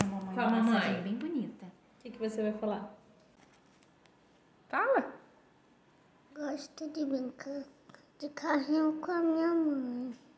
a uma mamãe. massagem bem bonita. O que, que você vai falar? Fala. Gosto de brincar de carrinho com a minha mãe.